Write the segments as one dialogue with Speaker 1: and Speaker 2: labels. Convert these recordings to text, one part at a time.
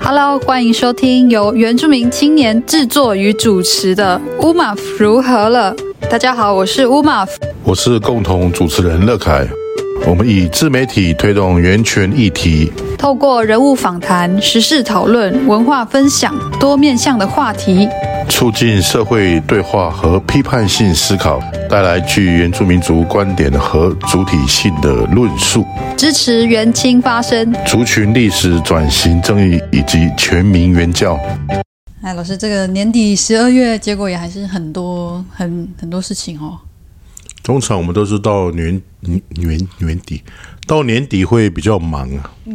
Speaker 1: Hello，欢迎收听由原住民青年制作与主持的《乌马夫如何了》。大家好，我是乌马夫。
Speaker 2: 我是共同主持人乐凯。我们以自媒体推动源泉议题，
Speaker 1: 透过人物访谈、时事讨论、文化分享多面向的话题，
Speaker 2: 促进社会对话和批判性思考，带来具原住民族观点和主体性的论述，
Speaker 1: 支持原青发声。
Speaker 2: 族群历史转型正义以及全民原教。
Speaker 1: 哎，老师，这个年底十二月，结果也还是很多很很多事情哦。
Speaker 2: 通常我们都是到年年年底，到年底会比较忙啊。嗯，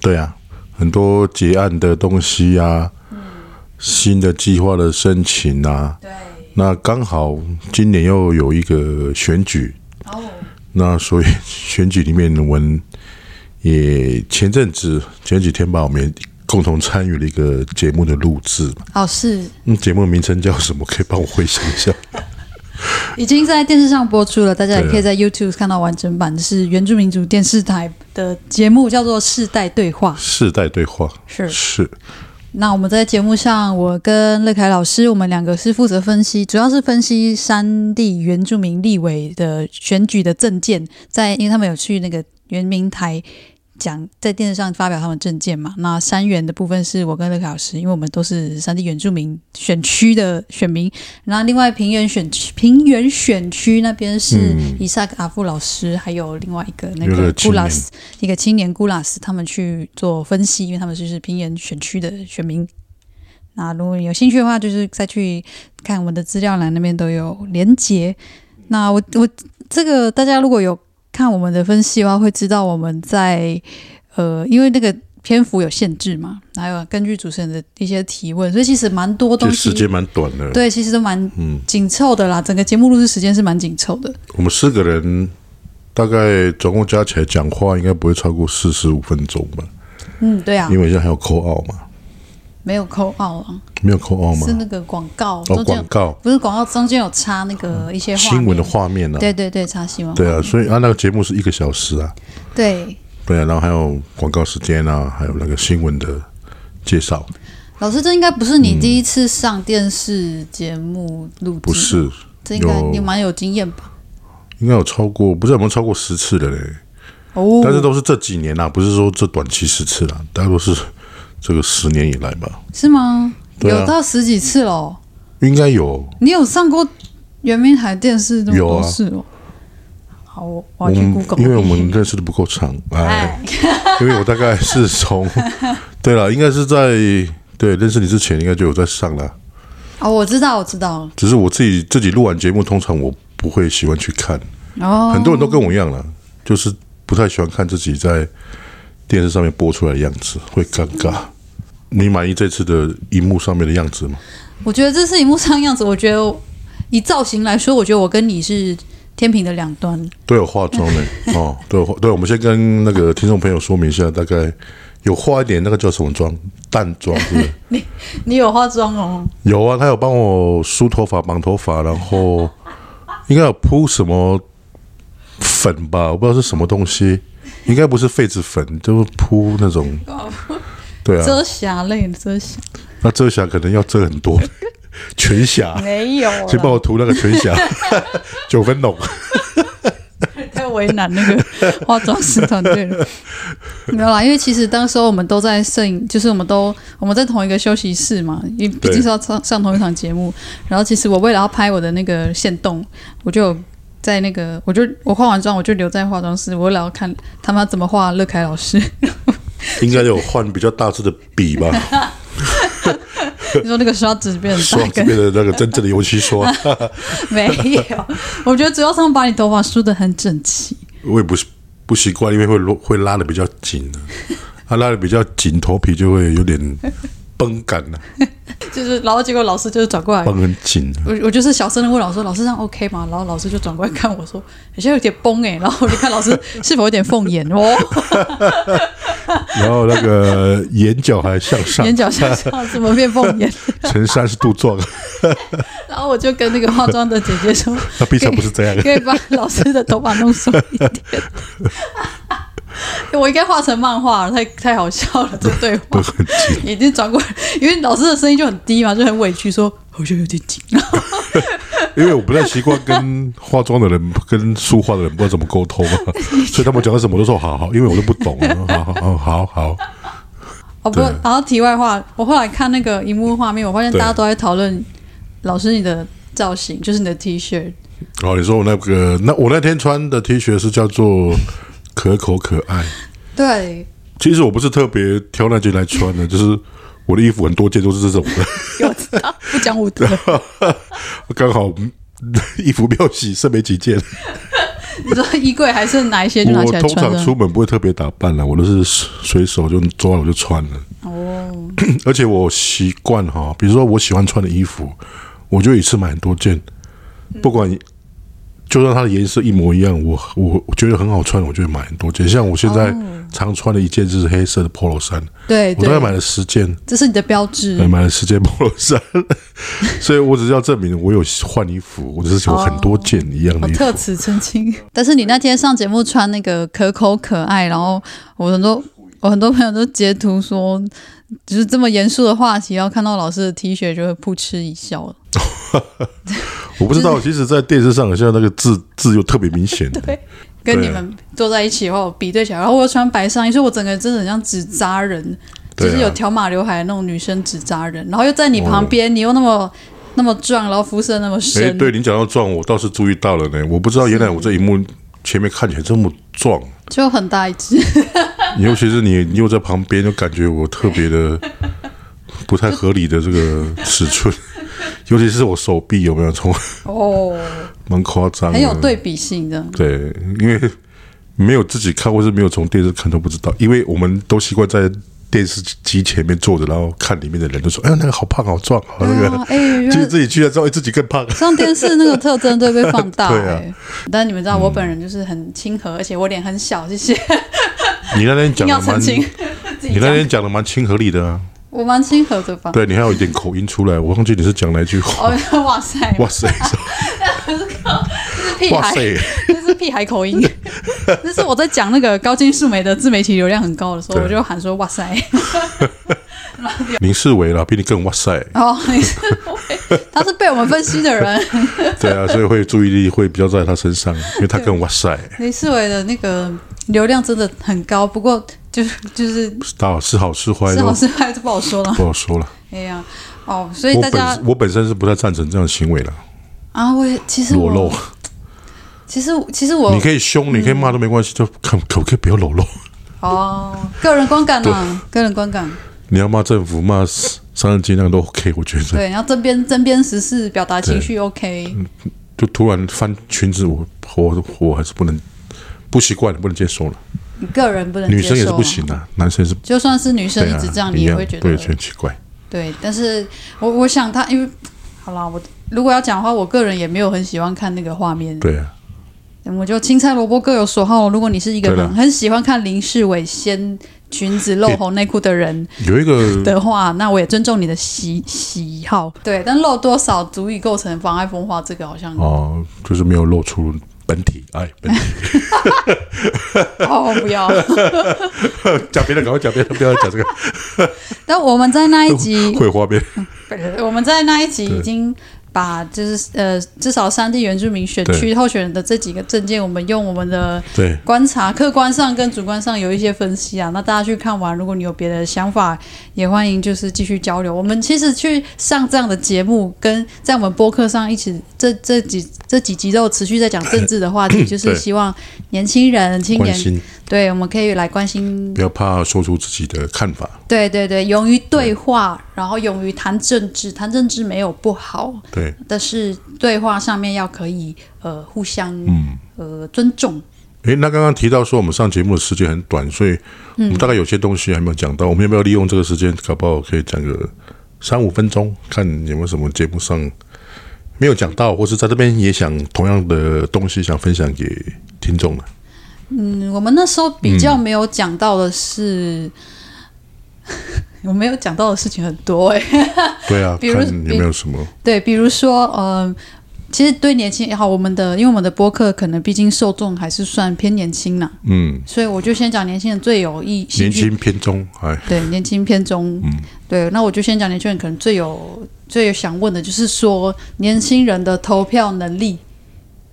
Speaker 2: 对啊，很多结案的东西啊，新的计划的申请啊。对。那刚好今年又有一个选举。哦。那所以选举里面，我们也前阵子前几天吧，我们也共同参与了一个节目的录制嘛。
Speaker 1: 哦，是
Speaker 2: 嗯，节目名称叫什么？可以帮我回想 一下。
Speaker 1: 已经在电视上播出了，大家也
Speaker 2: 对啊
Speaker 1: 可以在 YouTube 看到完整版，这是原住民族电视台的节目，叫做《世代对话》。
Speaker 2: 世代对话。
Speaker 1: 是
Speaker 2: 是。
Speaker 1: 那我们在节目上，我跟乐凯老师，我们两个是负责分析，主要是分析山地原住民立委的选举的证件，在因为他们有去那个原民台讲，在电视上发表他们证件嘛。那山原的部分是我跟乐凯老师，因为我们都是山地原住民选区的选民，然后另外平原选区平原选区那边是
Speaker 2: 嗯
Speaker 1: 伊萨克阿富老师，还有另外一个那
Speaker 2: 有
Speaker 1: 个
Speaker 2: 个
Speaker 1: 布
Speaker 2: 青
Speaker 1: 拉
Speaker 2: 年
Speaker 1: 斯。一个青年古拉斯，他们去做分析，因为他们就是平原选区的选民。那如果你有兴趣的话，就是再去看我们的资料栏那边都有连结。那我我这个大家如果有看我们的分析的话，会知道我们在呃，因为那个篇幅有限制嘛，还有根据主持人的一些提问，所以其实蛮多
Speaker 2: 这
Speaker 1: 东
Speaker 2: 时
Speaker 1: 西
Speaker 2: 间。蛮短的。
Speaker 1: 对，其实都蛮
Speaker 2: 嗯，
Speaker 1: 紧凑的啦，整个节目录制时间是蛮紧凑的。
Speaker 2: 我们四个人大概总共加起来讲话应该不会超过四十五分钟吧，
Speaker 1: 嗯，对啊
Speaker 2: 因，为现在还有扣奥嘛，
Speaker 1: 没有扣奥啊，
Speaker 2: 没有扣奥吗
Speaker 1: 是？那个广告
Speaker 2: 哦，
Speaker 1: 中间有
Speaker 2: 广告、嗯
Speaker 1: 不是广告中间有插那个一些画面
Speaker 2: 新闻的画面呢、啊？
Speaker 1: 对对对，插新闻。
Speaker 2: 对啊，所以啊，那个节目是一个小时啊，
Speaker 1: 对，
Speaker 2: 对啊，然后还有广告时间啊，还有那个新闻的介绍，
Speaker 1: 老师，这应该不是你第一次上电视节目录制，
Speaker 2: 嗯不，是
Speaker 1: 这应该
Speaker 2: 有
Speaker 1: 你蛮有经验吧？
Speaker 2: 应该有超过，不知道有没有超过十次的嘞，
Speaker 1: 哦，
Speaker 2: 但是都是这几年啊啦、不是说这短期十次啦，大概都是这个十年以来吧，
Speaker 1: 是吗？
Speaker 2: 对啊
Speaker 1: 有到十几次喽。
Speaker 2: 应该有。
Speaker 1: 你有上过圆明台电视这么
Speaker 2: 有
Speaker 1: 多
Speaker 2: 啊
Speaker 1: 次哦？好，我我
Speaker 2: 我
Speaker 1: 要去
Speaker 2: 们
Speaker 1: Google，
Speaker 2: 因为我们认识的不够长，哎
Speaker 1: 哎，，
Speaker 2: 因为我大概 是从，对了，应该是在对认识你之前，应该就有在上了。
Speaker 1: 哦，我知道，我知道，
Speaker 2: 只是我自己自己录完节目，通常我不会喜欢去看，
Speaker 1: 哦，
Speaker 2: 很多人都跟我一样了，就是不太喜欢看自己在电视上面播出来的样子，会尴尬。你满意这次的荧幕上面的样子吗？
Speaker 1: 我觉得这是荧幕上的样子，我觉得以造型来说，我觉得我跟你是天平的两端。
Speaker 2: 都有化妆的哦，都有化。对，我们先跟那个听众朋友说明一下，大概有化一点那个叫什么妆，淡妆是不是？
Speaker 1: 你有化妆哦？
Speaker 2: 有啊，他有帮我梳头发、绑头发，然后应该有铺什么粉吧，我不知道是什么东西，应该不是痱子粉，就是铺那种。对啊，
Speaker 1: 遮瑕类的遮瑕
Speaker 2: 那遮瑕可能要遮很 多，全瑕，
Speaker 1: 没有
Speaker 2: 先帮
Speaker 1: 啦，
Speaker 2: 我涂那个全 瑕，九分浓。
Speaker 1: 太为难那个化妆师团队 了。没有啦，因为其实当时候我们都在摄影，就是我们都我们在同一个休息室嘛，因为毕竟是要上上同一场节目。然后其实我为了要拍我的那个线动，我就有在那个我就我化完妆我就留在化妆室，我为了要看他们要怎么画乐凯老 师。
Speaker 2: 应该有换比较大支的笔 吧，
Speaker 1: 你说那个刷子变很
Speaker 2: 刷
Speaker 1: 大
Speaker 2: 子
Speaker 1: 根，
Speaker 2: 变成那个真正的油漆刷。
Speaker 1: 没有，我觉得主要是他们把你头发梳得很整齐。
Speaker 2: 我也不是不习惯，因为会落会拉的比较紧的、啊，拉的比较紧，头皮就会有点 绷感了、
Speaker 1: 就是，然后结果老师就是转过来
Speaker 2: 绷很紧、啊。
Speaker 1: 我我就是小声的问老师说：“老师这样 OK 吗？”然后老师就转过来看我说：“好像有点崩哎、 然后我就看老师是否有点凤眼 哦，
Speaker 2: 然后那个眼角还向上
Speaker 1: 眼，角向上怎么变凤眼
Speaker 2: 呈三十度状，？”
Speaker 1: 然后我就跟那个化妆的姐姐 说 ：“。
Speaker 2: 那平常不是这样
Speaker 1: 可以把老师的头发弄松一点。” 我应该画成漫画了，太太好笑了，这对话
Speaker 2: 都很紧。
Speaker 1: 已经转过来，因为老师的声音就很低嘛，就很委屈说好像有点紧。
Speaker 2: 因为我不太习惯跟化妆的人、跟书画的人不知道怎么沟通啊，所以他们讲到什么我都说好好，因为我都不懂啊，好好好好好，
Speaker 1: 哦，不过，然后题外话，我后来看那个荧幕画面，我发现大家都在讨论老师你的造型，就是你的 T 恤，
Speaker 2: 然后你说我那个，那我那天穿的 T 恤是叫做可口可爱，
Speaker 1: 对，
Speaker 2: 其实我不是特别挑那件来穿的，就是我的衣服很多件都是这种的。
Speaker 1: 有知道不讲武德，
Speaker 2: 刚好嗯衣服没有洗，剩没几件。
Speaker 1: 你说衣柜还剩哪一些就拿
Speaker 2: 我
Speaker 1: 起来
Speaker 2: 通
Speaker 1: 穿
Speaker 2: 常
Speaker 1: 着。
Speaker 2: 出门不会特别打扮了，我都是随手就抓我就穿了。
Speaker 1: 哦，
Speaker 2: 而且我习惯哈，比如说我喜欢穿的衣服，我就一次买很多件，
Speaker 1: 嗯
Speaker 2: 不管就算它的颜色一模一样，我我我觉得很好穿，我就会买很多件。像我现在常穿的一件就是黑色的 polo 衫，
Speaker 1: 哦对嗯
Speaker 2: 我大概买
Speaker 1: 对，
Speaker 2: 了十件，
Speaker 1: 这是你的标志
Speaker 2: 对，。买了十件 polo 衫，所以我只是要证明我有换衣服，我只是有很多件一样
Speaker 1: 我
Speaker 2: 的衣服。
Speaker 1: 哦特此澄清。 但是你那天上节目穿那个可口可爱，然后我很多我很多朋友都截图说，就是这么严肃的话题，然后看到老师的 T 恤就会噗嗤一笑了。
Speaker 2: 我不知道，其实，在电视上好像那个字字又特别明显。
Speaker 1: 对跟
Speaker 2: 啊
Speaker 1: 你们坐在一起的话，我比对起来，然后我又穿白上衣，所以我整个人真的很像纸扎人，就
Speaker 2: 对啊
Speaker 1: 是有条码刘海的那种女生纸扎人，然后又在你旁边，你又那么那么壮，然后肤色那么
Speaker 2: 哎，
Speaker 1: 深，
Speaker 2: 对你讲到壮，我倒是注意到了呢。我不知道原来我这一幕前面看起来这么壮，
Speaker 1: 就很大一 只，
Speaker 2: 尤其是你，你又在旁边，就感觉我特别 的不太合理的这个尺寸，尤其是我手臂有没有从
Speaker 1: 哦，
Speaker 2: 蛮夸张的，啊
Speaker 1: 很有对比性的。
Speaker 2: 对，因为没有自己看，或是没有从电视看都不知道，因为我们都习惯在电视机前面坐着，然后看里面的人，就说：“哎呀，那个好胖，好壮，好那
Speaker 1: 对
Speaker 2: 个。
Speaker 1: 啊，哎、原
Speaker 2: 其实
Speaker 1: 来
Speaker 2: 自己去了之后，哎自己更 胖。
Speaker 1: 上电视那个特征都会被放大、
Speaker 2: 对啊
Speaker 1: 哎但你们知道，我本人就是很亲和，而且我脸很小，谢谢。
Speaker 2: 你那天讲
Speaker 1: 要
Speaker 2: 的
Speaker 1: 澄
Speaker 2: 蛮，
Speaker 1: 清
Speaker 2: 你，
Speaker 1: 自己
Speaker 2: 那
Speaker 1: 讲，
Speaker 2: 天讲的蛮亲和力的啊。
Speaker 1: 我蛮亲和的吧？
Speaker 2: 对你还有一点口音出来，我忘记你是讲哪一句话。
Speaker 1: 哦， 哇塞，
Speaker 2: 哇塞，
Speaker 1: 是屁
Speaker 2: 哇
Speaker 1: 孩，
Speaker 2: 塞，
Speaker 1: 这是屁孩口音。 这是我在讲那个高金素梅的自媒体流量很高的时候，
Speaker 2: 对
Speaker 1: 我就喊说哇塞，
Speaker 2: 林世伟啦，比 你更哇塞。
Speaker 1: 哦，你是被他是被我们分析的人。
Speaker 2: 对啊，所以会注意力会比较在他身上，因为他更哇塞，
Speaker 1: 林世伟的那个流量真的很高，不过就是就是
Speaker 2: 不知道是好是坏
Speaker 1: 是
Speaker 2: 都
Speaker 1: 好是坏就不好说 了。
Speaker 2: 不好说了。
Speaker 1: 哎呀，哦，所以
Speaker 2: 我
Speaker 1: 大家
Speaker 2: 本我本身是不太赞成这样的行为了，
Speaker 1: 啊，哦我也其实
Speaker 2: 裸露
Speaker 1: 我，其实其实我
Speaker 2: 你可以凶，你可以骂都没关系，就看可不可以不要裸露。
Speaker 1: 哦，个人观感嘛，个人观感，
Speaker 2: 你要骂政府、骂三人尽量都 OK，我觉得。
Speaker 1: 对，然后针砭针砭时事，表达情
Speaker 2: 对嗯
Speaker 1: 绪 OK，
Speaker 2: 就突然翻裙子，我我我还是不能不习惯，不能接受了。
Speaker 1: 你个人不能
Speaker 2: 女
Speaker 1: 接受
Speaker 2: 生也是
Speaker 1: 啊
Speaker 2: 不行的，男生也是。
Speaker 1: 就算是女生
Speaker 2: 对
Speaker 1: 一
Speaker 2: 啊
Speaker 1: 直这样，，你
Speaker 2: 一
Speaker 1: 也
Speaker 2: 样
Speaker 1: 会觉得
Speaker 2: 对，觉得很奇怪。
Speaker 1: 对。但是我我想他，因为好啦，我如果要讲的话，我个人也没有很喜欢看那个画面。
Speaker 2: 对啊，
Speaker 1: 嗯我就青菜萝卜各有所好。如果你是一个
Speaker 2: 对
Speaker 1: 很
Speaker 2: 啦
Speaker 1: 很喜欢看林世伟掀裙子露红内裤的人
Speaker 2: 有一个
Speaker 1: 的话，那我也尊重你的喜喜好。对，但露多少足以构成妨碍风化，这个好像
Speaker 2: 哦，就是没有露出本体，哎，本体
Speaker 1: 哦不要。
Speaker 2: 讲别的，赶快讲别的，不要讲这个
Speaker 1: 但我们在那一 集，
Speaker 2: 会有画面。
Speaker 1: 我们在那一集已经把就是呃，至少三地原住民选区
Speaker 2: 对
Speaker 1: 候选人的这几个证件，我们用我们的
Speaker 2: 对，
Speaker 1: 观察，客观上跟主观上有一些分析啊。那大家去看完，如果你有别的想法，也欢迎就是继续交流。我们其实去上这样的节目，跟在我们播客上一起这这几这几集都有持续在讲政治的话 题，就是
Speaker 2: 对
Speaker 1: 希望年轻人、青
Speaker 2: 关
Speaker 1: 年
Speaker 2: 心，
Speaker 1: 对我们可以来关心
Speaker 2: 不，要怕说出自己的看法。
Speaker 1: 对对对，勇于对话，然后勇于谈政治，谈政治没有不好，
Speaker 2: 对，
Speaker 1: 但是对话上面要可以呃互相
Speaker 2: 嗯，
Speaker 1: 呃尊重。
Speaker 2: 诶，那刚刚提到说我们上节目的时间很短，所以
Speaker 1: 嗯
Speaker 2: 我们大概有些东西还没有讲到，我们要不要利用这个时间，搞不好可以讲个三五分钟，看有没有什么节目上没有讲到，或是在这边也想同样的东西想分享给听众的。
Speaker 1: 嗯，我们那时候比较没有讲到的是， 我没有讲 到的事情很多哎、
Speaker 2: 对啊，
Speaker 1: 比如
Speaker 2: 看有没有什么
Speaker 1: 对，比如说呃，其实对年轻也好，我们的因为我们的播客可能毕竟受众还是算偏年轻啦，
Speaker 2: 嗯，
Speaker 1: 所以我就先讲年轻人最有意兴
Speaker 2: 年
Speaker 1: 趣
Speaker 2: 轻偏中，哎，
Speaker 1: 对 年轻偏中，对，那我就先讲年轻人可能最有最有想问的就是说年轻人的投票能力、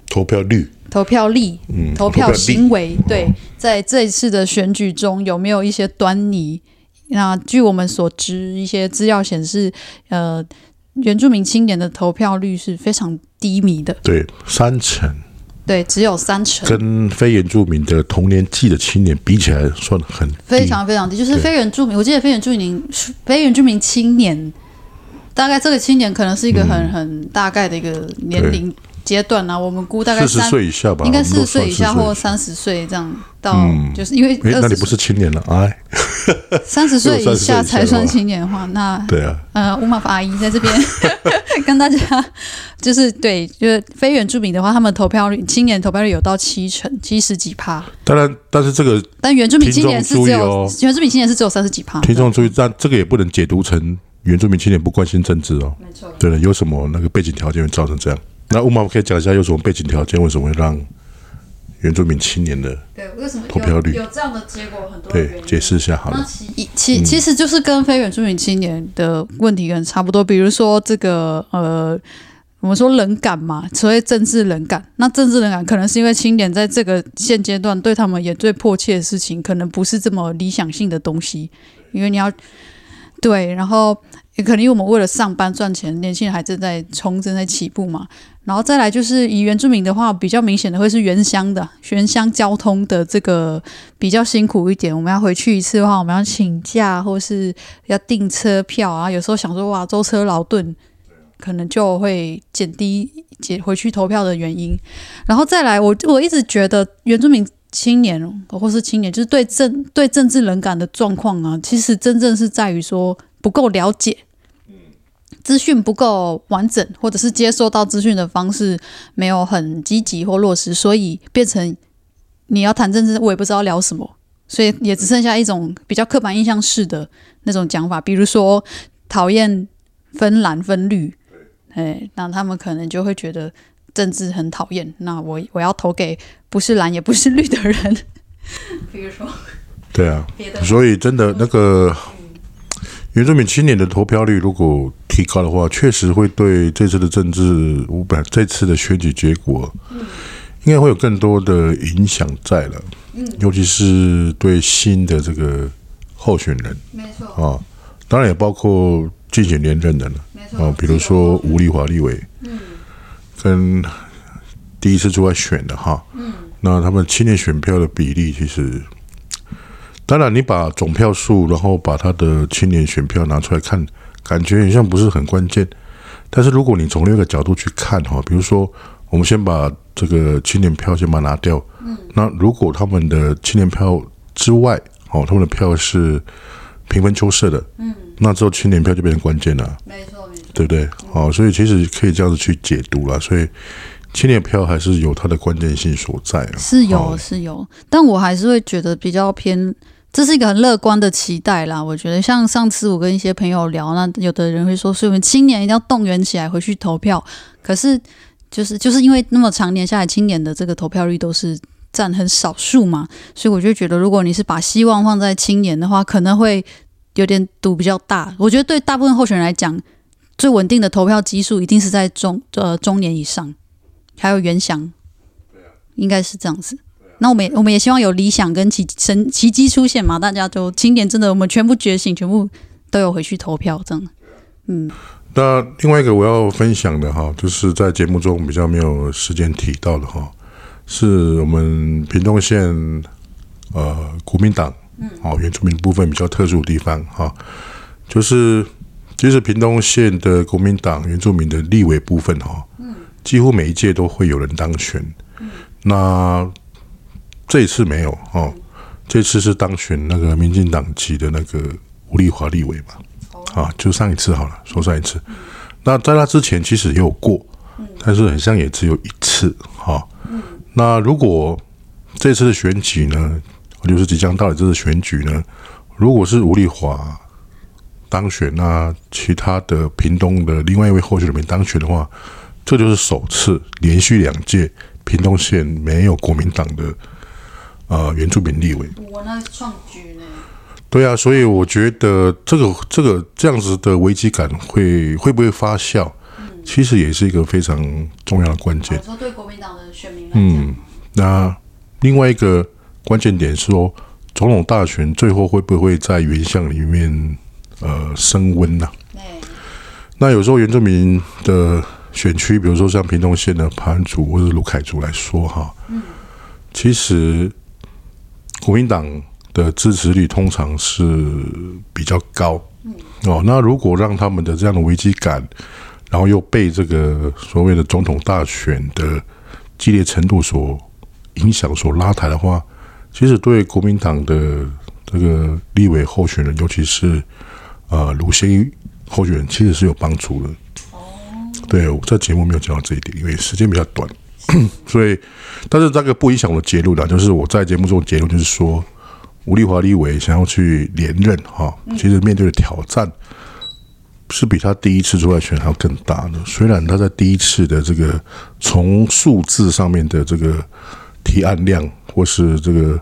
Speaker 2: 投票率，
Speaker 1: 投票力、
Speaker 2: 嗯，
Speaker 1: 投
Speaker 2: 票
Speaker 1: 票
Speaker 2: 率
Speaker 1: 行为，对，在这一次的选举中有没有一些端倪？那据我们所知，一些资料显示，呃，原住民青年的投票率是非常低迷的，
Speaker 2: 对三成，
Speaker 1: 对，只有三成。
Speaker 2: 跟非原住民的同年纪的青年比起来，算很低
Speaker 1: 非常非常低，就是
Speaker 2: 嗯对
Speaker 1: 非原住民。我记得非原住民，非原住民青年，大概这个青年可能是一个很、
Speaker 2: 嗯
Speaker 1: 很大概的一个年龄阶段啊。我们估大概
Speaker 2: 四十
Speaker 1: 三，
Speaker 2: 岁以下吧，
Speaker 1: 应该
Speaker 2: 我们都
Speaker 1: 四十
Speaker 2: 算
Speaker 1: 岁以下
Speaker 2: 40
Speaker 1: 或三十岁这样到，
Speaker 2: 嗯
Speaker 1: 就是因为
Speaker 2: 哎，那
Speaker 1: 二
Speaker 2: 你
Speaker 1: 十
Speaker 2: 不是青年了，哎，
Speaker 1: 三十岁以下才算青年的话，那
Speaker 2: 对啊，
Speaker 1: 呃，乌马法阿姨在这边 跟大家就是对，就是非原住民的话，他们投票率青年投票率有到七成七十几趴，
Speaker 2: 当然，但是这个
Speaker 1: 但原住民青年是只
Speaker 2: 听
Speaker 1: 有、
Speaker 2: 众注意哦
Speaker 1: 原住民青年是只有三十几趴，
Speaker 2: 听众注意，但这个也不能解读成原住民青年不关心政治哦。
Speaker 1: 没错。
Speaker 2: 对了，有什么那个背景条件会造成这样？那乌马可以讲一下有什么背景条件，为什么会让原住民青年的
Speaker 1: 对，为什么有
Speaker 2: 投票率
Speaker 1: 有这样的结果？很多的原
Speaker 2: 对
Speaker 1: 因
Speaker 2: 解释一下好
Speaker 1: 那
Speaker 2: 了？嗯
Speaker 1: 其其其实就是跟非原住民青年的问题可能差不多，比如说这个呃，我们说冷感嘛，所谓政治冷感。那政治冷感可能是因为青年在这个现阶段对他们也最迫切的事情，可能不是这么理想性的东西，因为你要对，然后也可能因为我们为了上班赚钱，年轻人还正在冲，正在起步嘛。然后再来就是以原住民的话，比较明显的会是原乡的原乡交通的这个比较辛苦一点。我们要回去一次的话，我们要请假或是要订车票啊。有时候想说哇，舟车劳顿，可能就会减低减回去投票的原因。然后再来，我我一直觉得原住民青年或是青年，就是对政对政治冷感的状况啊，其实真正是在于说不够了解。资讯不够完整，或者是接收到资讯的方式没有很积极或落实，所以变成你要谈政治，我也不知道聊什么，所以也只剩下一种比较刻板印象式的那种讲法，比如说讨厌分蓝分绿，哎，那他们可能就会觉得政治很讨厌，那我我要投给不是蓝也不是绿的人，比如说
Speaker 2: 对啊，
Speaker 1: 别的嗯
Speaker 2: 所以真的那个原住民青年的投票率如果提高的话，确实会对这次的政治，我本来这次的选举结果，
Speaker 1: 嗯
Speaker 2: 应该会有更多的影响在了，
Speaker 1: 嗯
Speaker 2: 尤其是对新的这个候选人
Speaker 1: 没错
Speaker 2: 啊，当然也包括竞选连任的了。
Speaker 1: 没
Speaker 2: 哦，比如说吴立华立委，嗯，跟第一次出来选的哈，嗯，那他们青年选票的比例其实，当然你把总票数，然后把他的青年选票拿出来看，感觉好像不是很关键，但是如果你从另一个角度去看哈，比如说我们先把这个青年票先把它拿掉，嗯，那如果他们的青年票之外，哦，他们的票是平分秋色的，嗯，那之后青年票就变成关键了。
Speaker 1: 没错没错，
Speaker 2: 对不对？哦，所以其实可以这样子去解读啦。所以青年票还是有它的关键性所在啊。
Speaker 1: 是有
Speaker 2: 哦
Speaker 1: 是有，但我还是会觉得比较偏，这是一个很乐观的期待啦。我觉得像上次我跟一些朋友聊，那有的人会说，所以我们青年一定要动员起来回去投票。可是就是就是因为那么长年下来，青年的这个投票率都是占很少数嘛，所以我就觉得，如果你是把希望放在青年的话，可能会有点赌比较大。我觉得对大部分候选人来讲，最稳定的投票基数一定是在中呃中年以上，还有原乡，应该是这样子。那我们也我们也希望有理想跟奇神奇迹出现嘛，大家都青年真的，我们全部觉醒，全部都有回去投票，这样。嗯，
Speaker 2: 那另外一个我要分享的哈，就是在节目中比较没有时间提到的哈，是我们屏东县呃国民党哦原住民部分比较特殊的地方哈，就是其实屏东县的国民党原住民的立委部分哈，几乎每一届都会有人当选，那这一次没有哦，这次是当选那个民进党籍的那个吴丽华立委嘛。啊，就上一次好了，说上一次。那在那之前其实也有过，但是很像也只有一次哈、那如果这次的选举呢，就是即将到来这次选举呢，如果是吴丽华啊当选，那其他的屏东的另外一位候选人没当选的话，这就是首次连续两届屏东县没有国民党的呃原住民立委。
Speaker 1: 我那创举呢？
Speaker 2: 对啊，所以我觉得这个这个这样子的危机感会会不会发酵，其实也是一个非常重要的关键
Speaker 1: 我。说对国民党的选民来
Speaker 2: 嗯，那另外一个关键点是说，总统大选最后会不会在原相里面呃升温呢、
Speaker 1: 讲，哎、
Speaker 2: 那有时候原住民的选区，比如说像屏东县的盘安族或者卢凯族来说哈，其实国民党的支持率通常是比较高，哦，那如果让他们的这样的危机感，然后又被这个所谓的总统大选的激烈程度所影响、所拉抬的话，其实对国民党的这个立委候选人，尤其是呃卢先义候选人，其实是有帮助的。对，我在节目没有讲到这一点，因为时间比较短， 所以，但是这个不影响我的结论啦。啊就是我在节目中的结论就是说，吴立华立委想要去连任哈，其实面对的挑战是比他第一次出来选还要更大的。虽然他在第一次的这个从数字上面的这个提案量，或是这个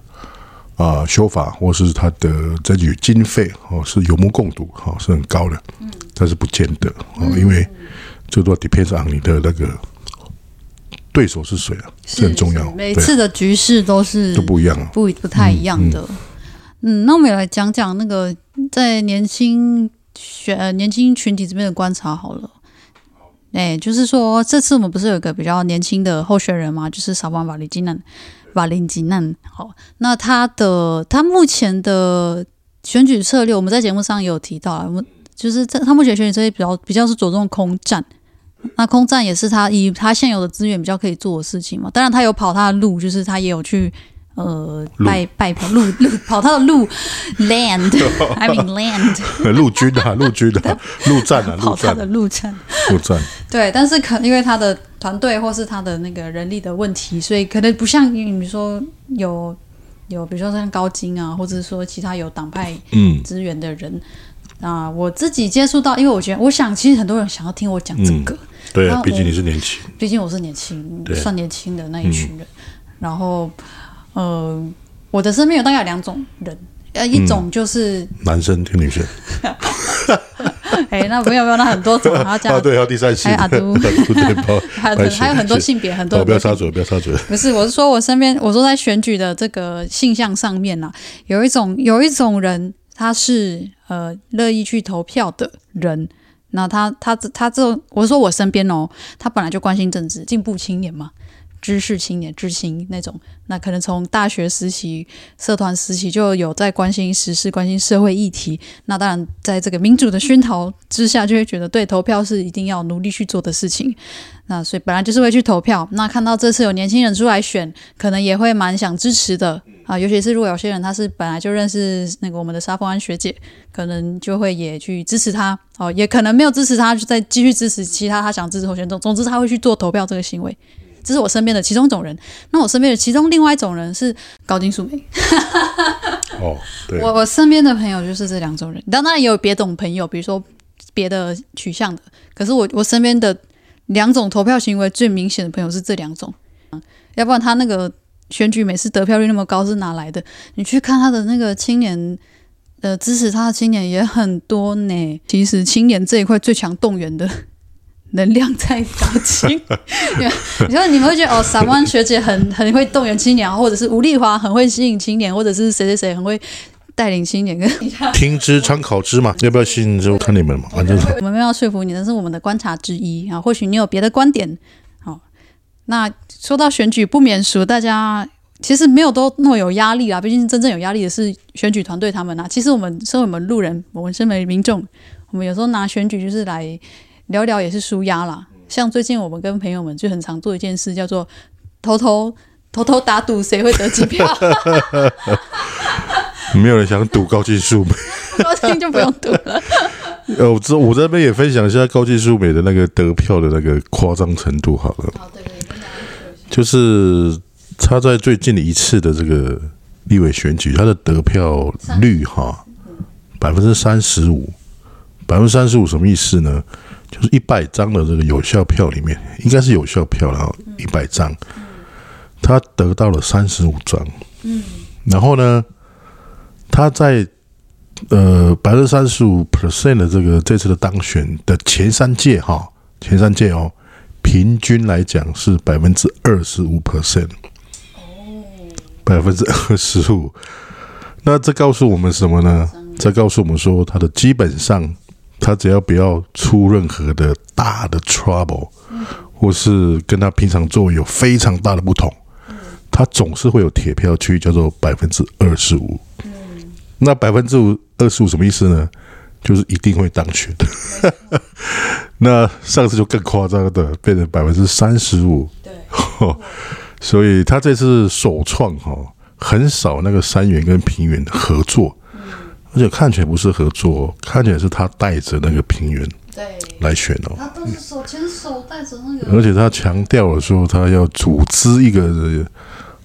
Speaker 2: 啊、修法，或是他的争取经费哦，是有目共睹哦，是很高的，但是不见得哦，
Speaker 1: 嗯
Speaker 2: 因为这都 depends on 你的那个对手是谁啊，这很重要，
Speaker 1: 每
Speaker 2: 对
Speaker 1: 次的局势都是
Speaker 2: 都不一样啊。
Speaker 1: 不不太一样的。嗯那我们也来讲讲那个在年轻选呃年轻群体这边的观察好了。哎、就是说这次我们不是有一个比较年轻的候选人嘛，就是萨邦瓦林吉南，瓦林吉南。好，那他的他目前的选举策略，我们在节目上也有提到啊，我们就是在他目前选举策略比较比较是着重空战。那空战也是他以他现有的资源比较可以做的事情嘛。当然，他有跑他的路，就是他也有去呃
Speaker 2: 路
Speaker 1: 拜拜跑路路跑他的路 land，I mean land，
Speaker 2: 陆军 啊，陆军啊，陆战啊，
Speaker 1: 跑
Speaker 2: 陆
Speaker 1: 他
Speaker 2: 战
Speaker 1: 的，路程。
Speaker 2: 陆战。
Speaker 1: 对，但是可因为他的团队或是他的那个人力的问题，所以可能不像你说有有，比如说像高金啊，或者说其他有党派
Speaker 2: 嗯
Speaker 1: 资源的人啊、我自己接触到，因为我觉得我想，其实很多人想要听我讲这个，
Speaker 2: 对啊
Speaker 1: 那，我
Speaker 2: 毕竟你是年轻，
Speaker 1: 毕竟我是年轻，
Speaker 2: 对
Speaker 1: 算年轻的那一
Speaker 2: 嗯
Speaker 1: 群人。然后，呃，我的身边有大概有两种人，呃，一
Speaker 2: 嗯
Speaker 1: 种就是，
Speaker 2: 男生听女生
Speaker 1: 哎、那没有没有，那很多种，然后加
Speaker 2: 啊，对，还有第三性，
Speaker 1: 还有哎阿 都
Speaker 2: 对，不
Speaker 1: 还
Speaker 2: 好
Speaker 1: 有
Speaker 2: 不好意
Speaker 1: 很
Speaker 2: 思
Speaker 1: 还有很多性别，很多
Speaker 2: 哦，
Speaker 1: 很
Speaker 2: 不
Speaker 1: 多
Speaker 2: 要插嘴，不 要插嘴。
Speaker 1: 不是，我是说我身边，我说在选举的这个性向上面啦，有一种有一种人，他是呃乐意去投票的人。那他他他这种，我是说我身边哦，他本来就关心政治，进步青年嘛，知识青年、知青那种。那可能从大学时期、社团时期就有在关心时事、关心社会议题。那当然，在这个民主的熏陶之下，就会觉得对投票是一定要努力去做的事情。那所以本来就是会去投票。那看到这次有年轻人出来选，可能也会蛮想支持的啊。尤其是如果有些人他是本来就认识那个我们的沙峰安学姐，可能就会也去支持她哦，也可能没有支持她，就再继续支持其他他想支持候选人。总总之，他会去做投票这个行为。这是我身边的其中一种人。那我身边的其中另外一种人是高金素梅。
Speaker 2: 哦，对，
Speaker 1: 我我身边的朋友就是这两种人，当然也有别种朋友，比如说别的取向的。可是我我身边的两种投票行为最明显的朋友是这两种，嗯要不然他那个选举每次得票率那么高是哪来的？你去看他的那个青年。呃，支持他的青年也很多呢。其实青年这一块最强动员的能量在高清。你说你们会觉得哦，傻湾学姐很很会动员青年，或者是吴丽华很会吸引青年，或者是谁谁谁很会带领青年跟
Speaker 2: 听之参考之嘛，要不要信就看你们嘛，反正
Speaker 1: 我们没有要说服你，那是我们的观察之一啊。或许你有别的观点。好，那说到选举，不免俗，大家其实没有都那么有压力啊啦。毕竟真正有压力的是选举团队他们啊。其实我们身为我们路人，我们身为民众，我们有时候拿选举就是来聊聊，也是舒压啦。像最近我们跟朋友们就很常做一件事，叫做偷偷偷偷打赌谁会得几票。
Speaker 2: 没有人想赌高技术美。
Speaker 1: 高兴就不用赌了。
Speaker 2: 呃，我这我这边也分享一下高技术美的那个得票的那个夸张程度好了。
Speaker 1: 哦好，对对，
Speaker 2: 就是他在最近的一次的这个
Speaker 1: 嗯
Speaker 2: 立委选举，他的得票率哈百分之三十五，百分之三十五什么意思呢？就是一百张的这个有效票里面，应该是有效票了，
Speaker 1: 嗯
Speaker 2: 一百张，他得到了三十五张，
Speaker 1: 嗯
Speaker 2: 然后呢，他在呃百分之三十五 percent 的这个这次的当选的前三届哈，前三届哦，平均来讲是百分之二十五 percent，百分之二十五。那这告诉我们什么呢？这告诉我们说，他的基本上，他只要不要出任何的大的 trouble，或是跟他平常作为有非常大的不同，他总是会有铁票区，叫做百分之二十五。那百分之五二十五什么意思呢？就是一定会当选的。 那上次就更夸张的，变成百分之三十五。
Speaker 1: 对，
Speaker 2: 所以他这次首创哈、哦，很少那个三元跟平原合作，而且看起来不是合作哦，看起来是他带着那个平原
Speaker 1: 对，
Speaker 2: 来选哦，
Speaker 1: 他都是手牵手带着那
Speaker 2: 而且他强调了说他要组织一个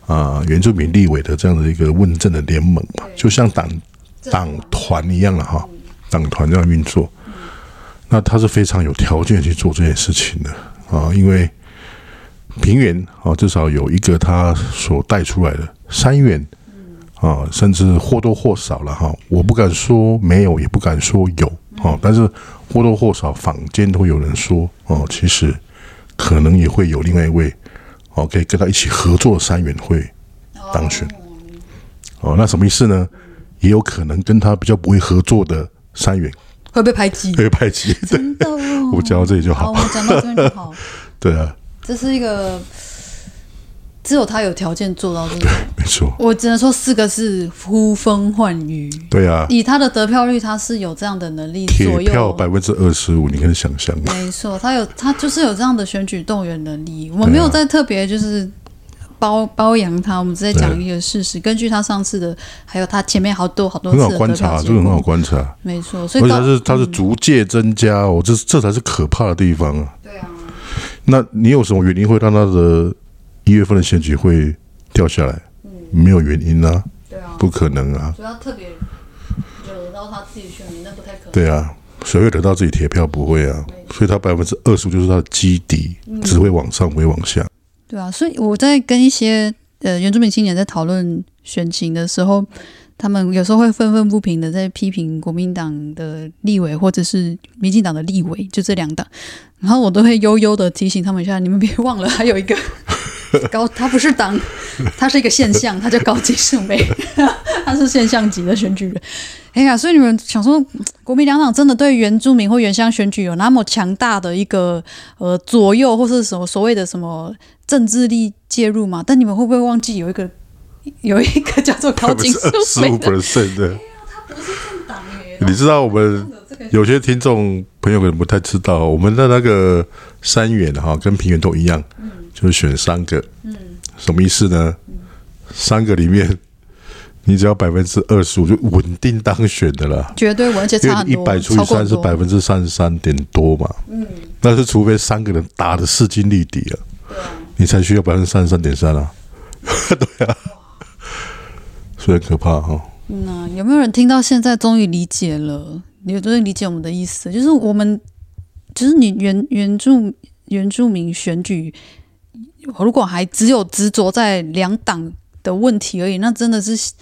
Speaker 2: 啊、呃原住民立委的这样的一个问政的联盟嘛，就像党党团一样了哈，党团这样运作。那他是非常有条件去做这件事情的啊，因为平原啊，至少有一个他所带出来的三元啊，甚至或多或少了哈，我不敢说没有，也不敢说有啊，但是或多或少坊间都有人说哦、其实可能也会有另外一位哦、可以跟他一起合作的三元会当选哦，那什么意思呢？也有可能跟他比较不会合作的三元
Speaker 1: 会被排挤，
Speaker 2: 会派系，对，
Speaker 1: 真的哦。
Speaker 2: 我讲到这里就
Speaker 1: 好，
Speaker 2: 好
Speaker 1: 我，们讲到这边就 好。
Speaker 2: 对啊，
Speaker 1: 这是一个只有他有条件做到这个，
Speaker 2: 没错，
Speaker 1: 我只能说四个字：呼风唤雨。
Speaker 2: 对啊，
Speaker 1: 以他的得票率，他是有这样的能力
Speaker 2: 铁
Speaker 1: 左
Speaker 2: 票
Speaker 1: 右。
Speaker 2: 百分之二十五，你可以想象吗？
Speaker 1: 没错，他有他就是有这样的选举动员能
Speaker 2: 啊
Speaker 1: 力。我们没有在特别就是包包养他，我们只在讲一个事实。根据他上次的，还有他前面好多好多
Speaker 2: 很好
Speaker 1: 次的
Speaker 2: 观
Speaker 1: 得
Speaker 2: 察，
Speaker 1: 票结
Speaker 2: 这个很好
Speaker 1: 果，
Speaker 2: 观察，
Speaker 1: 没错。所
Speaker 2: 而
Speaker 1: 以
Speaker 2: 且
Speaker 1: 到嗯
Speaker 2: 它是它是逐渐增加哦，这这才是可怕的地方啊。
Speaker 1: 对啊，
Speaker 2: 那你有什么原因会让它的一月份的选举会掉下来？
Speaker 1: 嗯
Speaker 2: 没有原因啊，
Speaker 1: 对啊，
Speaker 2: 不可能啊，
Speaker 1: 主要特别惹到他自己选民，那不太可能。
Speaker 2: 对啊，谁会得到自己铁票？不会啊，所以它百分之二十就是它的基底，
Speaker 1: 嗯
Speaker 2: 只会往上，不会往下。
Speaker 1: 对啊，所以我在跟一些呃原住民青年在讨论选情的时候，他们有时候会愤愤不平的在批评国民党的立委或者是民进党的立委，就这两党。然后我都会悠悠的提醒他们一下，你们别忘了还有一 个高，他不是党，他是一个现象，他叫高级树梅， 他是现象级的选举人。哎呀，所以你们想说，嗯国民两党真的对原住民或原乡选举有那么强大的一个呃左右，或是什么所谓的什么政治力介入嘛？但你们会不会忘记有一个有一个叫做高
Speaker 2: 百分
Speaker 1: 金
Speaker 2: 之
Speaker 1: 素
Speaker 2: 二十
Speaker 1: 梅
Speaker 2: 五
Speaker 1: 的？
Speaker 2: percent 的，
Speaker 1: 不是政党耶
Speaker 2: 你知道我们
Speaker 1: 这个
Speaker 2: 有些听众朋友可能不太知道，我们的那个三元哈跟平原都一样，就是选三个，什么意思呢？三个里面，你只要百分之二十五就稳定当选的了。
Speaker 1: 绝对完全
Speaker 2: 因
Speaker 1: 差
Speaker 2: 为
Speaker 1: 很
Speaker 2: 一
Speaker 1: 多，
Speaker 2: 百除以
Speaker 1: 超过
Speaker 2: 三
Speaker 1: 很
Speaker 2: 是
Speaker 1: 多
Speaker 2: 百分之三十三点多嘛，嗯，但是除非三个人打的势均力敌了，
Speaker 1: 啊
Speaker 2: 你才需要百分之三十三点三啊， 对啊，所以很可怕哈、
Speaker 1: 嗯啊、有没有人听到现在终于理解了？你终于理解我们的意思，就是我们，就是你原原住原住民选举，如果还只有执着在两党的问题而已，那真的是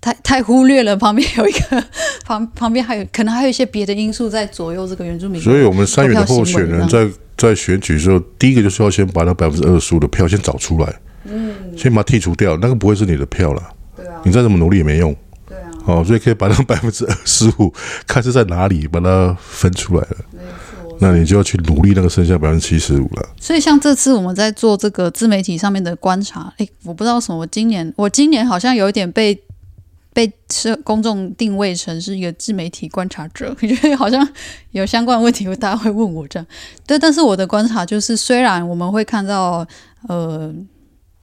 Speaker 1: 太太忽略了旁边有一个旁旁边还有可能还有一些别的因素在左右这个原住民。
Speaker 2: 所以，我们三元的
Speaker 1: 投
Speaker 2: 候
Speaker 1: 票行为嗯
Speaker 2: 选人
Speaker 1: 呢
Speaker 2: 在在选举的时候，第一个就是要先把那百分之二十五的票先找出来，嗯，先把它剔除掉，那个不会是你的票了，
Speaker 1: 对啊，
Speaker 2: 你再怎么努力也没用，
Speaker 1: 对啊，
Speaker 2: 哦，所以可以把那百分之二十五看是在哪里把它分出来了，
Speaker 1: 没错。
Speaker 2: 那你就要去努力那个剩下百分之七十五了。
Speaker 1: 所以像这次我们在做这个自媒体上面的观察，诶，我不知道为什么，我今年我今年好像有一点被被社公众定位成是一个自媒体观察者， 因为好像有相关问题，大家会问我这样。对，但是我的观察就是，虽然我们会看到呃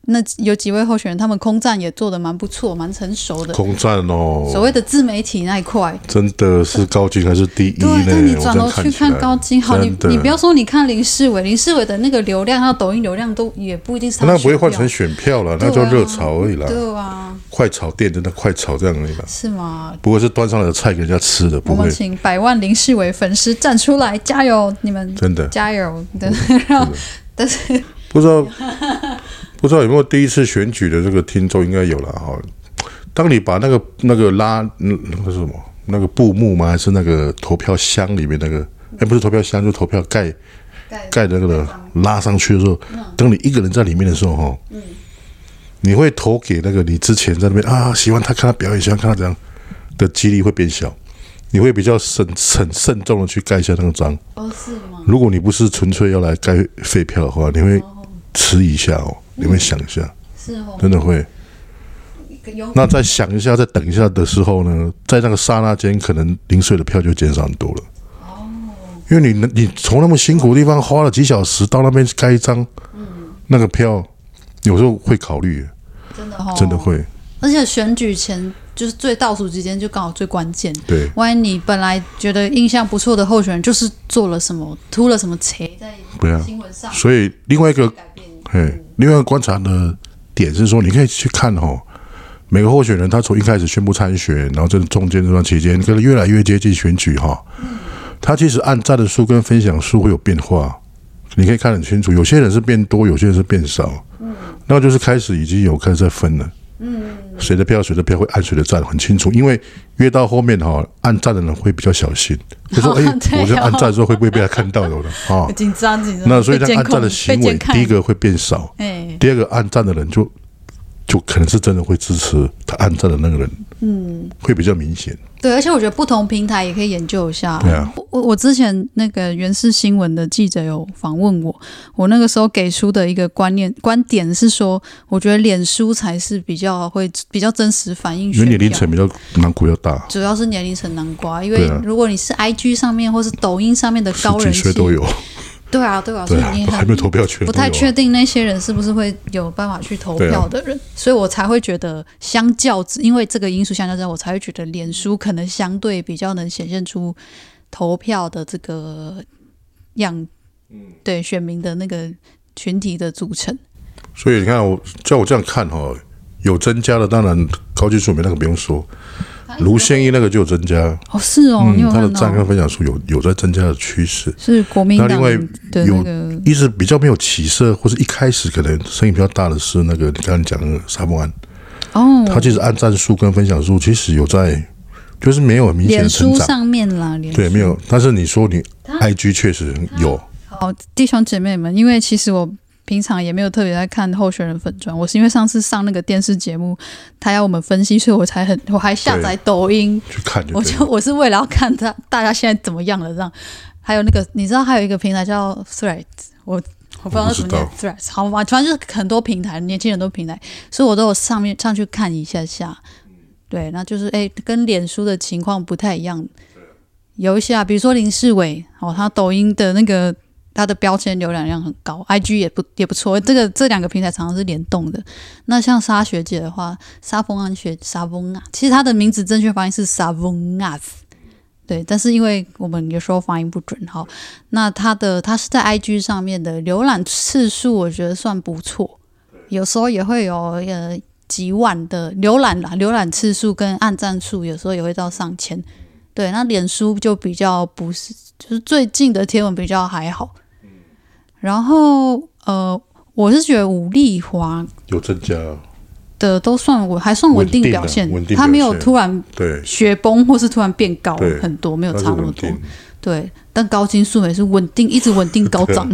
Speaker 1: 那有几位候选人，他们空战也做得蛮不错，蛮成熟的。
Speaker 2: 空战
Speaker 1: 所
Speaker 2: 哦，
Speaker 1: 谓的自媒体那一块，
Speaker 2: 真的是高进还是第一
Speaker 1: 对
Speaker 2: 呢？，
Speaker 1: 但你
Speaker 2: 我
Speaker 1: 转
Speaker 2: 这样
Speaker 1: 头去看
Speaker 2: 看起来
Speaker 1: 高金，好，你
Speaker 2: 真的
Speaker 1: 你不要说你看林世伟，林世伟的那个流量，他的抖音流量都也不一定是他
Speaker 2: 那
Speaker 1: 的
Speaker 2: 不会
Speaker 1: 选
Speaker 2: 换
Speaker 1: 票
Speaker 2: 成选票了，
Speaker 1: 对
Speaker 2: 那
Speaker 1: 啊
Speaker 2: 叫热潮而已啦，
Speaker 1: 对啊，
Speaker 2: 快炒店真的快炒这样而已啦。
Speaker 1: 是吗？
Speaker 2: 不过是端上来的菜给人家吃的，
Speaker 1: 我
Speaker 2: 不会
Speaker 1: 们请百万林世伟粉丝站出来，加油！你们
Speaker 2: 真的
Speaker 1: 加油！对，然后但是
Speaker 2: 不知道不知道有没有第一次选举的这个听众应该有了哈。当你把那个那个拉嗯那个是什么那个布幕吗？还是那个投票箱里面那个？哎，不是投票箱，就投票盖盖的那个拉上去的时候，当你一个人在里面的时候，哈，你会投给那个你之前在那边啊，喜欢他看他表演，喜欢看他怎样的几率会变小，你会比较慎慎慎重的去盖一下那个章。
Speaker 1: 哦，是吗？
Speaker 2: 如果你不是纯粹要来盖废票的话，你会迟疑一下哦，你会想一下，
Speaker 1: 是哦，
Speaker 2: 真的会。
Speaker 1: 有
Speaker 2: 那再想一下，再等一下的时候呢，在那个刹那间，可能零碎的票就减少很多了。因为你能你从那么辛苦的地方花了几小时到那边盖一张，那个票有时候会考虑，
Speaker 1: 真的哦，
Speaker 2: 真的。会。
Speaker 1: 而且选举前就是最倒数期间，就刚好最关键。
Speaker 2: 对，
Speaker 1: 万一你本来觉得印象不错的候选人，就是做了什么，出了什么贼，在
Speaker 2: 不要。
Speaker 1: 新闻上
Speaker 2: 所以另外一个
Speaker 1: 改变。
Speaker 2: 嘿，另外一个观察的点是说，你可以去看哦，每个候选人他从一开始宣布参选，然后这中间这段期间，可能越来越接近选举哈、他其实按赞的数跟分享数会有变化，你可以看得很清楚，有些人是变多，有些人是变少，那就是开始已经有开始在分了。
Speaker 1: 嗯
Speaker 2: 谁的票谁的票会按谁的赞很清楚，因为越到后面哈、按赞的人会比较小心，就说哎、
Speaker 1: 对哦
Speaker 2: 我这按赞之后会不会被他看到 有的啊？
Speaker 1: 紧张紧张。
Speaker 2: 那所以
Speaker 1: 被
Speaker 2: 他
Speaker 1: 监
Speaker 2: 按
Speaker 1: 控
Speaker 2: 赞的行
Speaker 1: 被
Speaker 2: 为
Speaker 1: 监，看
Speaker 2: 第一，个会变少，
Speaker 1: 哎，
Speaker 2: 第二个按赞的人就就可能是真的会支持他按赞的那个人，嗯，会比较明显。
Speaker 1: 对，而且我觉得不同平台也可以研究一下。
Speaker 2: 对啊
Speaker 1: 我我我之前那个原视新闻的记者有访问我，我那个时候给出的一个观念观点是说，我觉得脸书才是比较会比较真实反映
Speaker 2: 因
Speaker 1: 选
Speaker 2: 为年龄
Speaker 1: 票。
Speaker 2: 层比较难股要大，
Speaker 1: 主要是年龄层南瓜，因为
Speaker 2: 对啊
Speaker 1: 如果你是 IG 上面或是抖音上面的
Speaker 2: 十
Speaker 1: 高
Speaker 2: 几
Speaker 1: 人
Speaker 2: 岁
Speaker 1: 气，
Speaker 2: 都有，
Speaker 1: 对啊对啊，所
Speaker 2: 对
Speaker 1: 以
Speaker 2: 啊
Speaker 1: 你，
Speaker 2: 还
Speaker 1: 很
Speaker 2: 没有啊投票权，
Speaker 1: 不太确。定那些人是不是会有办法去投票的
Speaker 2: 啊
Speaker 1: 人，所以我才会觉得，相较之因为这个因素相较之下，我才会觉得脸书可能相对比较能显现出投票的这个样，对选民的那个群体的组成。
Speaker 2: 所以你看，我照我这样看哈、哦，有增加的，当然高技术没那个不用说，卢先一那个就有增加，
Speaker 1: 哦，是哦，你有
Speaker 2: 嗯，他的
Speaker 1: 看
Speaker 2: 赞
Speaker 1: 到
Speaker 2: 跟分享数有有在增加的趋势。
Speaker 1: 是国民
Speaker 2: 那
Speaker 1: 党
Speaker 2: 另外
Speaker 1: 的那
Speaker 2: 有
Speaker 1: 个
Speaker 2: 一直比较没有起色，或是一开始可能声音比较大的是那个你刚才讲的沙漠安，
Speaker 1: 哦，
Speaker 2: 它其实按赞数跟分享数其实有在，就是没有很明显
Speaker 1: 脸
Speaker 2: 的成
Speaker 1: 书
Speaker 2: 长，
Speaker 1: 上面啦，脸
Speaker 2: 对，
Speaker 1: 书
Speaker 2: 没有。但是你说你 IG 确实有，
Speaker 1: 好，哦弟兄姐妹们，因为其实我平常也没有特别在看候选人粉砖，我是因为上次上那个电视节目，他要我们分析，所以我才很 我还下载抖音，
Speaker 2: 去看就
Speaker 1: 我
Speaker 2: 对
Speaker 1: 就
Speaker 2: 了。
Speaker 1: 我是为了要看他大家现在怎么样了，这样。还有那个，你知道还有一个平台叫 Threads，我我不知道
Speaker 2: 我不
Speaker 1: 那怎
Speaker 2: 知
Speaker 1: 么念 Threads，好吧，反正就是很多平台，年轻人都平台，所以我都有上面上去看一下下。对，那就是哎，跟脸书的情况不太一样。有一些啊，比如说林世伟哦，他抖音的那个他的标签浏览量很高，IG 也不也不错。这个这两个平台常常是联动的。那像沙学姐的话，沙风安学沙风啊，其实她的名字正确发音是沙风啊，对，但是因为我们有时候发音不准，好，那她的她是在 IG 上面的浏览次数，我觉得算不错，有时候也会有呃几万的浏览啦，浏览次数跟按赞数有时候也会到上千。对，那脸书就比较不是，就是最近的贴文比较还好。然后呃，我是觉得武丽华
Speaker 2: 有增加，
Speaker 1: 的都算我还算稳定表现，
Speaker 2: 稳定啊稳定
Speaker 1: 他没有
Speaker 2: 表现
Speaker 1: 突然
Speaker 2: 对，
Speaker 1: 雪崩或是突然变高
Speaker 2: 对
Speaker 1: 很多，没有
Speaker 2: 但是
Speaker 1: 差那么
Speaker 2: 稳
Speaker 1: 多
Speaker 2: 定。，
Speaker 1: 对，但高金素美是稳定，一直稳定高 涨，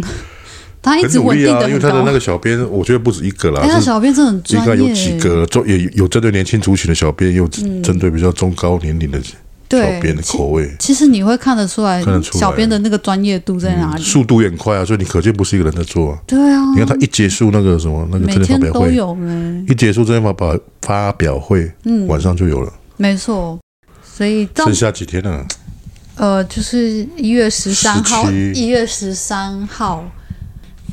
Speaker 1: 他一
Speaker 2: 很
Speaker 1: 直
Speaker 2: 努
Speaker 1: 稳
Speaker 2: 力
Speaker 1: 哎定
Speaker 2: 啊，
Speaker 1: 的
Speaker 2: 因为
Speaker 1: 很
Speaker 2: 他的那
Speaker 1: 高。
Speaker 2: 个小编，我觉得不止一个啦
Speaker 1: 哎，，他
Speaker 2: 是
Speaker 1: 小编真的很
Speaker 2: 应
Speaker 1: 专
Speaker 2: 该
Speaker 1: 业，
Speaker 2: 有几个中也有针对年轻族群的小编，也有针对比较中高年龄的小编
Speaker 1: 嗯对
Speaker 2: 的，
Speaker 1: 其
Speaker 2: 口味，
Speaker 1: 其实你会看得出来
Speaker 2: 看得出来
Speaker 1: 小编的那个专业度在哪里。
Speaker 2: 速度也很快啊，所以你可见不是一个人在做啊。
Speaker 1: 对啊，
Speaker 2: 你看他一结束那个什么那个
Speaker 1: 每
Speaker 2: 真
Speaker 1: 天
Speaker 2: 人发表
Speaker 1: 都
Speaker 2: 会，
Speaker 1: 有哎呢，
Speaker 2: 一结束真人发表发表会，
Speaker 1: 嗯，
Speaker 2: 晚上就有了，
Speaker 1: 没错。所以到
Speaker 2: 剩下几天了。
Speaker 1: 呃，就是一月十三号，
Speaker 2: 17
Speaker 1: 一月十三号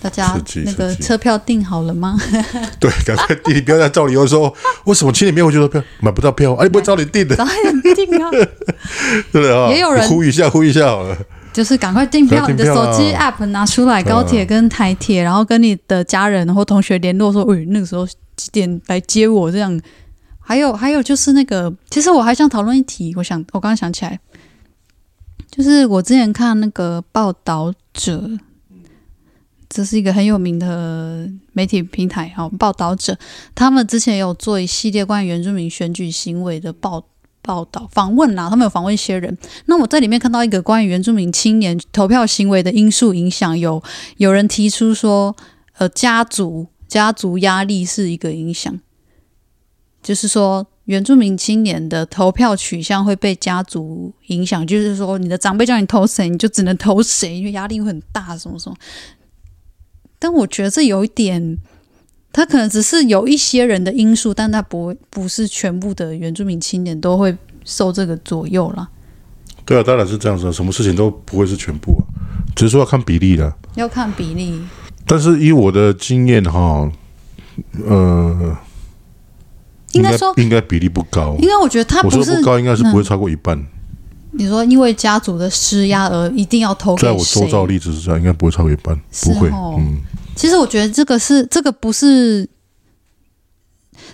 Speaker 1: 大家
Speaker 2: 刺激
Speaker 1: 那个
Speaker 2: 刺激
Speaker 1: 车票订好了吗？
Speaker 2: 对，赶快弟弟不要再照理由说，为什么七点没有去说票买不到票？ 哎、啊，你不会照你订的，
Speaker 1: 早点订啊！
Speaker 2: 对不对啊？
Speaker 1: 也有人
Speaker 2: 呼吁一下，呼吁一下好了。
Speaker 1: 就是赶快订票，
Speaker 2: 赶快
Speaker 1: 你的
Speaker 2: 订票
Speaker 1: 手机
Speaker 2: 啊
Speaker 1: app 拿出来，高铁跟台铁，然后跟你的家人或同学联络说，喂，那个时候几点来接我？这样。还有还有就是那个，其实我还想讨论一题，我想我刚刚想起来，就是我之前看那个报道者，这是一个很有名的媒体平台，好报道者，他们之前有做一系列关于原住民选举行为的报报道访问啊啦、他们有访问一些人。那我在里面看到一个关于原住民青年投票行为的因素影响，有有人提出说，呃，家族家族压力是一个影响，就是说原住民青年的投票取向会被家族影响，就是说你的长辈叫你投谁，你就只能投谁，因为压力会很大，什么什么。但我觉得这有一点，他可能只是有一些人的因素，但他不不是全部的原住民青年都会受这个左右啦。
Speaker 2: 对啊，当然是这样子啊，什么事情都不会是全部啊，只是说要看比例的。
Speaker 1: 要看比例，
Speaker 2: 但是以我的经验哈，呃，
Speaker 1: 应该说，
Speaker 2: 应该比例不高。
Speaker 1: 应该我觉得他
Speaker 2: 我
Speaker 1: 不
Speaker 2: 说
Speaker 1: 是嗯
Speaker 2: 不高，应该是不会超过一半。
Speaker 1: 你说因为家族的施压而一定要投给
Speaker 2: 在我
Speaker 1: 谁
Speaker 2: 周？遭的例子是这样，应该不会超过一半，
Speaker 1: 是
Speaker 2: 不会。
Speaker 1: 哦
Speaker 2: 嗯，
Speaker 1: 其实我觉得这个是这个不是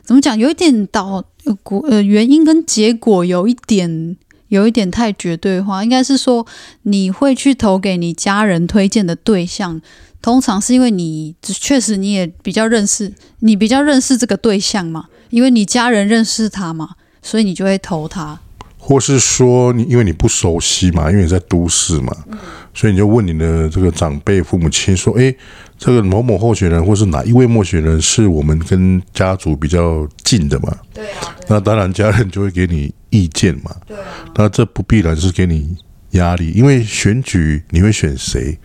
Speaker 1: 怎么讲，有一点导呃果呃原因跟结果有一点有一点太绝对化，应该是说你会去投给你家人推荐的对象，通常是因为你确实你也比较认识，你比较认识这个对象嘛，因为你家人认识他嘛，所以你就会投他。
Speaker 2: 或是说你因为你不熟悉嘛，因为你在都市嘛，
Speaker 1: 嗯
Speaker 2: 所以你就问你的这个长辈、父母亲说：“诶，这个某某候选人或是哪一位候选人是我们跟家族比较近的嘛？”对啊。那当然，家人就会给你意见嘛。对啊。那这不必然是给你压力，因为选举你会选谁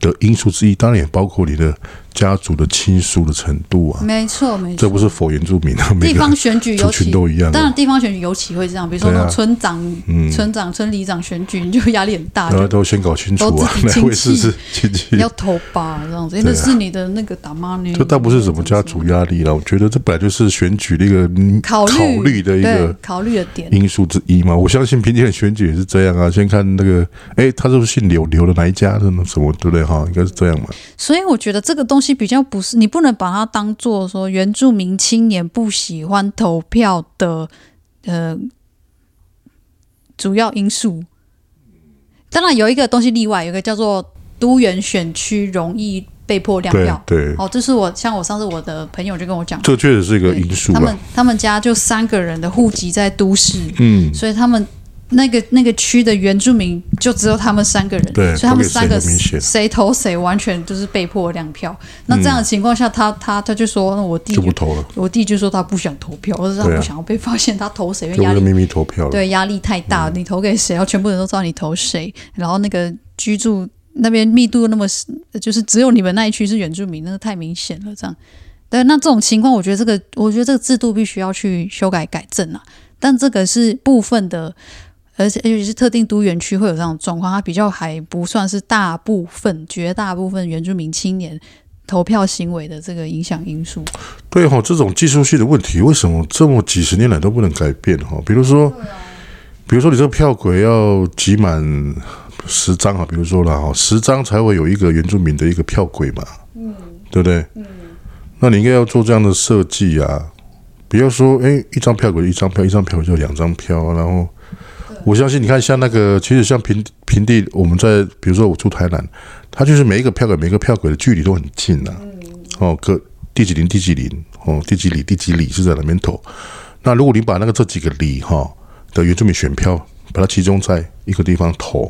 Speaker 2: 的因素之一，当然也包括你的家族的亲疏的程度啊。
Speaker 1: 没错，没错，
Speaker 2: 这不是否原住民啊，每
Speaker 1: 嗯地
Speaker 2: 个
Speaker 1: 方选举
Speaker 2: 族
Speaker 1: 尤
Speaker 2: 群
Speaker 1: 其
Speaker 2: 都一样啊。
Speaker 1: 当然，地方选举尤其会这样，比如说
Speaker 2: 对
Speaker 1: 那
Speaker 2: 啊
Speaker 1: 种村长、
Speaker 2: 嗯呃
Speaker 1: 村长、村里长选举，你就压力很大，
Speaker 2: 然后
Speaker 1: 啊就
Speaker 2: 都先搞清楚
Speaker 1: 都
Speaker 2: 啊，
Speaker 1: 自己
Speaker 2: 哪
Speaker 1: 亲
Speaker 2: 位是
Speaker 1: 戚
Speaker 2: 是亲戚？
Speaker 1: 要投吧，这样子，因为那
Speaker 2: 对啊
Speaker 1: 是你的那个打妈呢。
Speaker 2: 这倒不是什么家族压力啦，我觉得这本来就是选举的一个嗯
Speaker 1: 考虑
Speaker 2: 考虑的一
Speaker 1: 对
Speaker 2: 个嗯
Speaker 1: 考虑的点，
Speaker 2: 因素之一嘛。我相信平地的选举也是这样啊，先看那个，哎，他是不是姓刘，刘的哪一家，什么什么，对不对哈？应该是这样嘛。
Speaker 1: 所以我觉得这个东西比较不是你不能把它当做说原住民青年不喜欢投票的呃主要因素。当然有一个东西例外，有一个叫做都原选区容易被迫亮
Speaker 2: 对
Speaker 1: 票。
Speaker 2: 对，
Speaker 1: 哦，这是我像我上次我的朋友就跟我讲，
Speaker 2: 这确实是一个
Speaker 1: 对
Speaker 2: 因素
Speaker 1: 他
Speaker 2: 啊
Speaker 1: 们。他们家就三个人的户籍在都市，
Speaker 2: 嗯，
Speaker 1: 所以他们那个那个区的原住民就只有他们三个人，
Speaker 2: 对
Speaker 1: 所以他们三个
Speaker 2: 投给谁很明显嗯
Speaker 1: 谁投谁完全就是被迫亮票。那这样的情况下，他他他就说，那我弟
Speaker 2: 就不投了，
Speaker 1: 我弟就说他不想投票，或者是他
Speaker 2: 对啊
Speaker 1: 不想要被发现他投谁，因
Speaker 2: 就
Speaker 1: 为压
Speaker 2: 为了
Speaker 1: 力
Speaker 2: 秘密投票了。
Speaker 1: 对，压力太大，你投给谁，然后全部人都知道你投谁，然后那个居住那边密度那么，就是只有你们那一区是原住民，那个太明显了，这样。对，那这种情况，我觉得这个，我觉得这个制度必须要去修改改正啊。但这个是部分的，而且尤其是特定都园区会有这样的状况，它比较还不算是大部分、绝大部分原住民青年投票行为的这个影响因素。
Speaker 2: 对哈、这种技术性的问题，为什么这么几十年来都不能改变哈、比如说，比如说你这个票轨要集满十张哈，比如说了哈，十张才会有一个原住民的一个票轨嘛，嗯，对不对？嗯，那你应该要做这样的设计啊，不要说哎，一张票轨就一张票，一张票轨就两张票，然后。我相信，你看，像那个，其实像平平地，我们在比如说我住台南，它就是每一个票轨每一个票轨的距离都很近呐、哦，各第几零第几零哦，第几里第几里是在哪边投？那如果你把那个这几个里哈、的原住民选票，把它集中在一个地方投，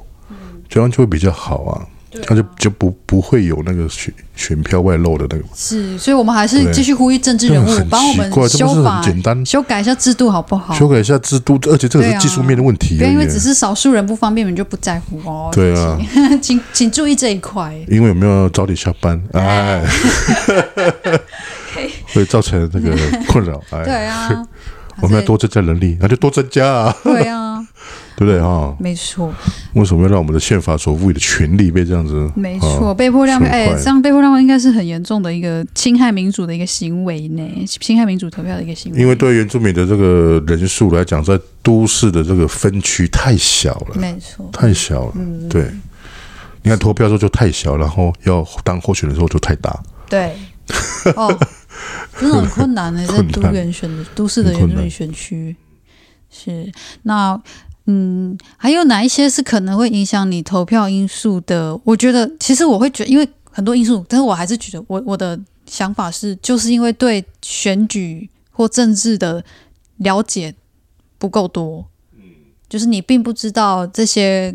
Speaker 2: 这样就会比较好啊。那就就不不会有那个选选票外漏的那个，
Speaker 1: 是，所以我们还是
Speaker 2: 对
Speaker 1: 继续呼吁政治
Speaker 2: 这
Speaker 1: 人
Speaker 2: 很
Speaker 1: 物
Speaker 2: 奇
Speaker 1: 帮我们
Speaker 2: 怪，这不
Speaker 1: 修
Speaker 2: 是
Speaker 1: 法
Speaker 2: 很、简单？
Speaker 1: 修改一下制度，好不好？
Speaker 2: 修改一下制度，而且这个
Speaker 1: 哦对
Speaker 2: 是
Speaker 1: 啊
Speaker 2: 技术面的问题
Speaker 1: 不
Speaker 2: 而
Speaker 1: 要因
Speaker 2: 已
Speaker 1: 为。只是少数人不方便，你们就不在乎哦。
Speaker 2: 对啊，
Speaker 1: 请， 请请注意这一块。
Speaker 2: 因为有没有早点下班， 哎，会造成这个困扰，哎，
Speaker 1: 对啊，
Speaker 2: 我们要多增加人力，那就多增加啊。
Speaker 1: 对啊。
Speaker 2: 对不对哈？
Speaker 1: 没错，
Speaker 2: 为什么要让我们的宪法所赋予的权利被这样子？
Speaker 1: 没错，被迫让
Speaker 2: 损
Speaker 1: 哎，
Speaker 2: 坏
Speaker 1: 这样被迫让位应该是很严重的一个侵害民主的一个行为呢，侵害民主投票的一个行为。
Speaker 2: 因为对原住民的这个人数来讲，在都市的这个分区太小了，
Speaker 1: 没错，
Speaker 2: 太小了。
Speaker 1: 嗯
Speaker 2: 对，你看投票的时候就太小，然后要当候选人的时候就太大，
Speaker 1: 对， 哦，真的很困难呢，在
Speaker 2: 困难
Speaker 1: 都原选的都市的原住民选区是那。嗯，还有哪一些是可能会影响你投票因素的？我觉得，其实我会觉因为很多因素，但是我还是觉得我我的想法是，就是因为对选举或政治的了解不够多，
Speaker 2: 嗯
Speaker 1: 就是你并不知道这些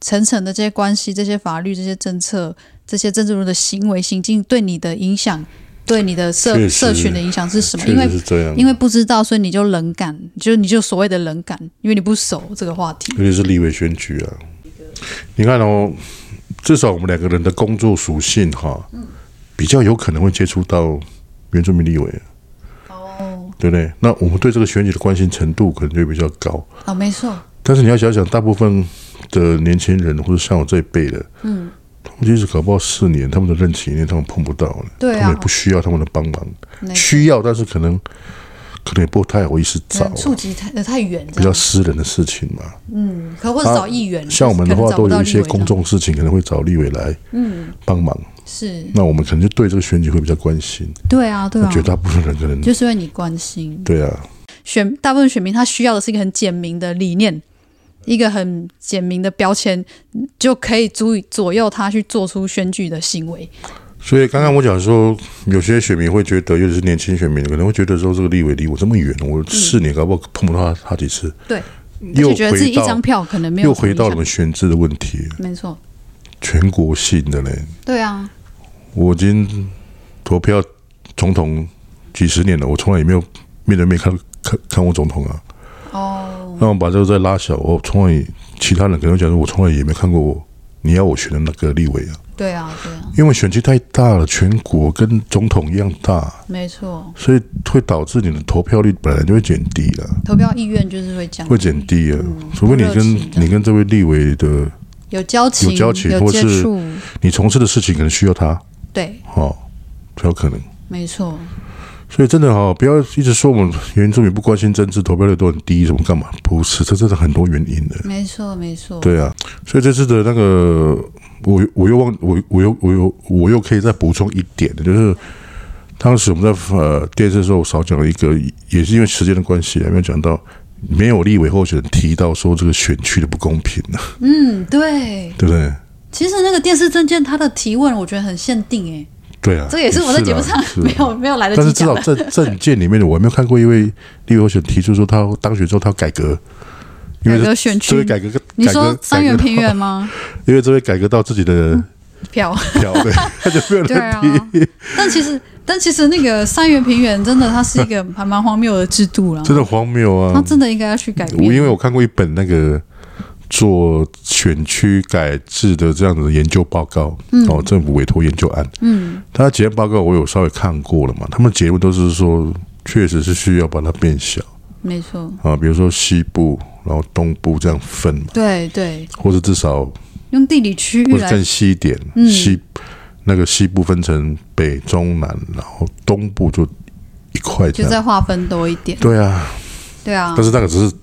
Speaker 1: 层层的这些关系、这些法律、这些政策、这些政治人物的行为行径对你的影响，对你的社
Speaker 2: 确实
Speaker 1: 社群的影响是什么？嗯
Speaker 2: 确
Speaker 1: 因为
Speaker 2: 实是这样。
Speaker 1: 因为不知道，所以你就冷感，就你就所谓的冷感，因为你不熟这个话题。
Speaker 2: 尤其是立委选举啊。你看哦，至少我们两个人的工作属性哈，
Speaker 1: 嗯
Speaker 2: 比较有可能会接触到原住民立委，
Speaker 1: 哦，
Speaker 2: 对不对？那我们对这个选举的关心程度可能就比较高。
Speaker 1: 啊，没错，
Speaker 2: 但是你要想想，大部分的年轻人或者像我这一辈的，嗯，他们即使搞不好四年，他们的任期内他们碰不到了，
Speaker 1: 对
Speaker 2: 他
Speaker 1: 啊
Speaker 2: 们也，不需要他们的帮忙，
Speaker 1: 那
Speaker 2: 需要，但是可能可能也不太好意思找啊
Speaker 1: 可能，触及太呃太远，
Speaker 2: 比较私人的事情嘛。
Speaker 1: 嗯，可或者找议员，
Speaker 2: 像我们的
Speaker 1: 可能
Speaker 2: 话，
Speaker 1: 找不
Speaker 2: 都
Speaker 1: 到
Speaker 2: 有一
Speaker 1: 立
Speaker 2: 些
Speaker 1: 委这样
Speaker 2: 公众事情可能会找立委来
Speaker 1: 嗯
Speaker 2: 帮忙，
Speaker 1: 是，
Speaker 2: 那我们可能就对这个选举会比较关心。
Speaker 1: 对啊，对啊
Speaker 2: 我，觉得大部分人可能
Speaker 1: 就是因为你关心，
Speaker 2: 对啊，
Speaker 1: 选大部分选民他需要的是一个很简明的理念，一个很简明的标签，就可以足以左右他去做出选举的行为。
Speaker 2: 所以刚刚我讲说，有些选民会觉得，尤其是年轻选民，可能会觉得说，这个立委离我这么远，我四年搞不好碰不到他他几次，
Speaker 1: 对，
Speaker 2: 又
Speaker 1: 就觉得自己
Speaker 2: 回
Speaker 1: 一张
Speaker 2: 到
Speaker 1: 票可能没有
Speaker 2: 又
Speaker 1: 什么
Speaker 2: 回到我
Speaker 1: 影
Speaker 2: 们选制的问题，
Speaker 1: 响没错，
Speaker 2: 全国性的嘞。
Speaker 1: 对啊，
Speaker 2: 我已经投票总统几十年了，我从来也没有面对面看看看过总统啊。
Speaker 1: 哦，
Speaker 2: 那我们把这个再拉小，我从来其他人可能会讲说，我从来也没看过我你要我选的那个立委啊，
Speaker 1: 对啊，对啊，
Speaker 2: 因为选区太大了，全国跟总统一样大，
Speaker 1: 没错，
Speaker 2: 所以会导致你的投票率本来就会减低了，
Speaker 1: 投票意愿就是会降低，
Speaker 2: 会减低了。除非你
Speaker 1: 嗯不热
Speaker 2: 跟
Speaker 1: 情的
Speaker 2: 你跟这位立委的
Speaker 1: 有交情，
Speaker 2: 有交情
Speaker 1: 有
Speaker 2: 或
Speaker 1: 接
Speaker 2: 是
Speaker 1: 触，
Speaker 2: 你从事的事情可能需要他
Speaker 1: 对，
Speaker 2: 哦，才有可能。
Speaker 1: 没错，
Speaker 2: 所以真的哈、不要一直说我们原住民不关心政治，投票率都很低，什么干嘛？不是，这真的很多原因的。
Speaker 1: 没错，没错，
Speaker 2: 对啊，所以这次的那个，我我又忘我我又我又我又可以再补充一点的，就是当时我们在呃电视的时候我少讲了一个，也是因为时间的关系，啊还没有讲到没有立委候选人提到说这个选区的不公平呢、
Speaker 1: 嗯，对，
Speaker 2: 对不对？
Speaker 1: 其实那个电视证件它的提问，我觉得很限定诶，
Speaker 2: 对啊，
Speaker 1: 这个也是我在节目
Speaker 2: 啦
Speaker 1: 上
Speaker 2: 是啦
Speaker 1: 没有没有来得
Speaker 2: 但
Speaker 1: 及
Speaker 2: 是至
Speaker 1: 讲
Speaker 2: 少
Speaker 1: 的，
Speaker 2: 证 证件里面的，我还没有看过一位立委候选人提出说他要当选之后他要改革，因
Speaker 1: 改
Speaker 2: 为
Speaker 1: 革选
Speaker 2: 这
Speaker 1: 区
Speaker 2: 位，改革个
Speaker 1: 你
Speaker 2: 改革
Speaker 1: 说三元 平，
Speaker 2: 改革
Speaker 1: 原
Speaker 2: 到
Speaker 1: 吗？
Speaker 2: 因为这位改革到自己的
Speaker 1: 票。
Speaker 2: 票，对，他就没有
Speaker 1: 对啊
Speaker 2: 人提。，
Speaker 1: 但其实但其实那个三元平原真的它是一个还蛮荒谬的制度啦，
Speaker 2: 真的荒谬
Speaker 1: 它
Speaker 2: 啊！
Speaker 1: 真的应该要去改
Speaker 2: 我
Speaker 1: 变。
Speaker 2: 因为我看过一本那个做选区改制的这样子的研究报告，哦，政府委托研究案，
Speaker 1: 嗯，
Speaker 2: 他的结论报告我有稍微看过了嘛，他们结论都是说，确实是需要把它变小
Speaker 1: 没错，
Speaker 2: 啊，比如说西部，然后东部这样分嘛，
Speaker 1: 对对，
Speaker 2: 或者至少
Speaker 1: 用地理区域
Speaker 2: 或者
Speaker 1: 来
Speaker 2: 更细一点，
Speaker 1: 嗯
Speaker 2: 西那个西部分成北中南，然后东部就一块这
Speaker 1: 就
Speaker 2: 样，
Speaker 1: 再划分多一点，
Speaker 2: 对啊，
Speaker 1: 对啊
Speaker 2: 但，是那个只是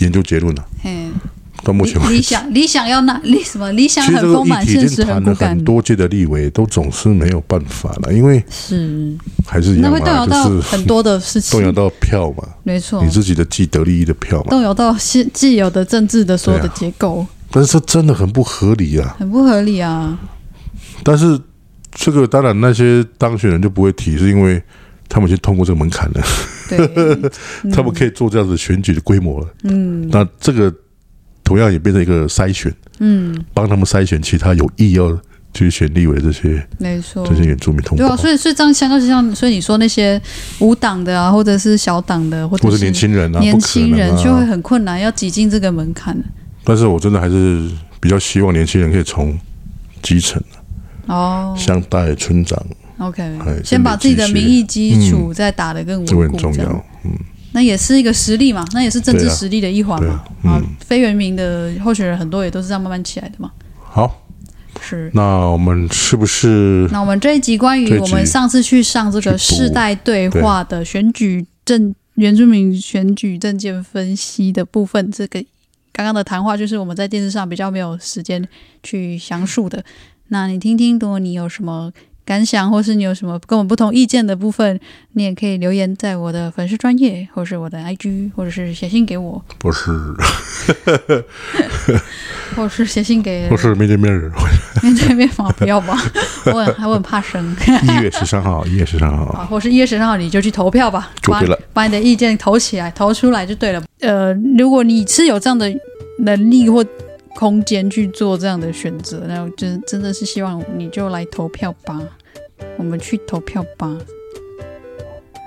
Speaker 2: 研究结论啊，
Speaker 1: 嘿，
Speaker 2: 到目前
Speaker 1: 理
Speaker 2: 为止
Speaker 1: 理。想理想要那理什么理想
Speaker 2: 其实
Speaker 1: 很
Speaker 2: 这个
Speaker 1: 丰
Speaker 2: 议
Speaker 1: 满，
Speaker 2: 题已
Speaker 1: 现实
Speaker 2: 经谈
Speaker 1: 骨
Speaker 2: 了
Speaker 1: 感
Speaker 2: 很，多届的立委，都总是没有办法了，因为
Speaker 1: 是
Speaker 2: 还是一
Speaker 1: 那
Speaker 2: 样
Speaker 1: 会动
Speaker 2: 嘛，
Speaker 1: 摇到
Speaker 2: 就是
Speaker 1: 很多的哦事情
Speaker 2: 动，摇到票嘛，
Speaker 1: 没错
Speaker 2: 你，自己的既得利益的票嘛。
Speaker 1: 动摇到现既有的政治的所有的
Speaker 2: 对啊
Speaker 1: 结构，
Speaker 2: 但是这真的很不合理啊！
Speaker 1: 很不合理啊，
Speaker 2: 但是这个当然那些当选人就不会提，是因为他们已经通过这个门槛了，
Speaker 1: 对，
Speaker 2: 他们可以做这样子选举的规模了。
Speaker 1: 嗯
Speaker 2: 那这个同样也变成一个筛选，
Speaker 1: 嗯，
Speaker 2: 帮他们筛选其他有意要去选立委的这些
Speaker 1: 没错，
Speaker 2: 这些原住民同
Speaker 1: 对
Speaker 2: 胞
Speaker 1: 啊，，所以所以这样相较之下，所以你说那些无党的啊，或者是小党的，或者
Speaker 2: 或是年轻人啊，
Speaker 1: 年
Speaker 2: 不可
Speaker 1: 轻
Speaker 2: 能
Speaker 1: 人
Speaker 2: 啊
Speaker 1: 就会很困难，要挤进这个门槛
Speaker 2: 但是我真的还是比较希望年轻人可以从基层，
Speaker 1: 哦。
Speaker 2: 像带村长，
Speaker 1: OK，
Speaker 2: 哎
Speaker 1: 先把自己的
Speaker 2: 先
Speaker 1: 民
Speaker 2: 理解
Speaker 1: 意基础再打得更
Speaker 2: 这个
Speaker 1: 稳
Speaker 2: 很
Speaker 1: 固，
Speaker 2: 重
Speaker 1: 这样
Speaker 2: 要。嗯，
Speaker 1: 那也是一个实力嘛，那也是政治
Speaker 2: 对啊
Speaker 1: 实力的一环
Speaker 2: 对
Speaker 1: 嘛
Speaker 2: 啊。
Speaker 1: 啊，非原民的候选人很多也都是这样慢慢起来的嘛。
Speaker 2: 好，
Speaker 1: 是。
Speaker 2: 那我们是不是
Speaker 1: 那我们这一集关于
Speaker 2: 嗯这一集
Speaker 1: 我们上次去上这个世代对话的选举政原住民选举证件分析的部分，这个刚刚的谈话就是我们在电视上比较没有时间去详述的。那你听听，如果你有什么感想，或是你有什么跟我们不同意见的部分，你也可以留言在我的粉丝专业，或是我的 IG，或者是写信给我，
Speaker 2: 不是
Speaker 1: 或是写信 给
Speaker 2: 不是 m i d m i r
Speaker 1: 面对面访，不要 吧，我很还我很怕生。
Speaker 2: 一月十三号，一月十三号，
Speaker 1: 啊，或是一月十三号你就去投票吧，
Speaker 2: 就对了
Speaker 1: 把把你的意见投起来，投出来就对了。呃，如果你是有这样的能力或空间去做这样的选择，那我真真的是希望你就来投票吧，我们去投票吧。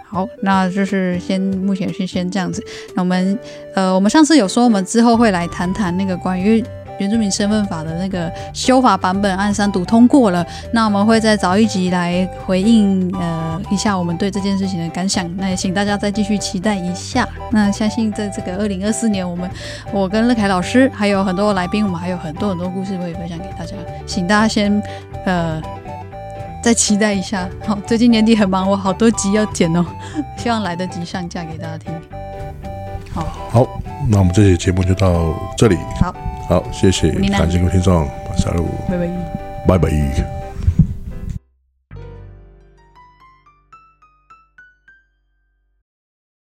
Speaker 1: 好，那就是先目前是先这样子。那我们呃，我们上次有说我们之后会来谈谈那个关于原住民身份法的那个修法版本按三读通过了，那我们会再找一集来回应呃一下我们对这件事情的感想，那也请大家再继续期待一下。那相信在这个二零二四年，我们我跟乐凯老师还有很多来宾，我们还有很多很多故事会分享给大家，请大家先呃再期待一下。好，最近年底很忙，我好多集要剪哦， 希望来得及上架给大家听。好，
Speaker 2: 好，那我们这期节目就到这里。
Speaker 1: 好，
Speaker 2: 好，谢谢，
Speaker 1: 呢喃
Speaker 2: 感谢各位听众，马萨路，
Speaker 1: 拜拜。
Speaker 2: 拜拜。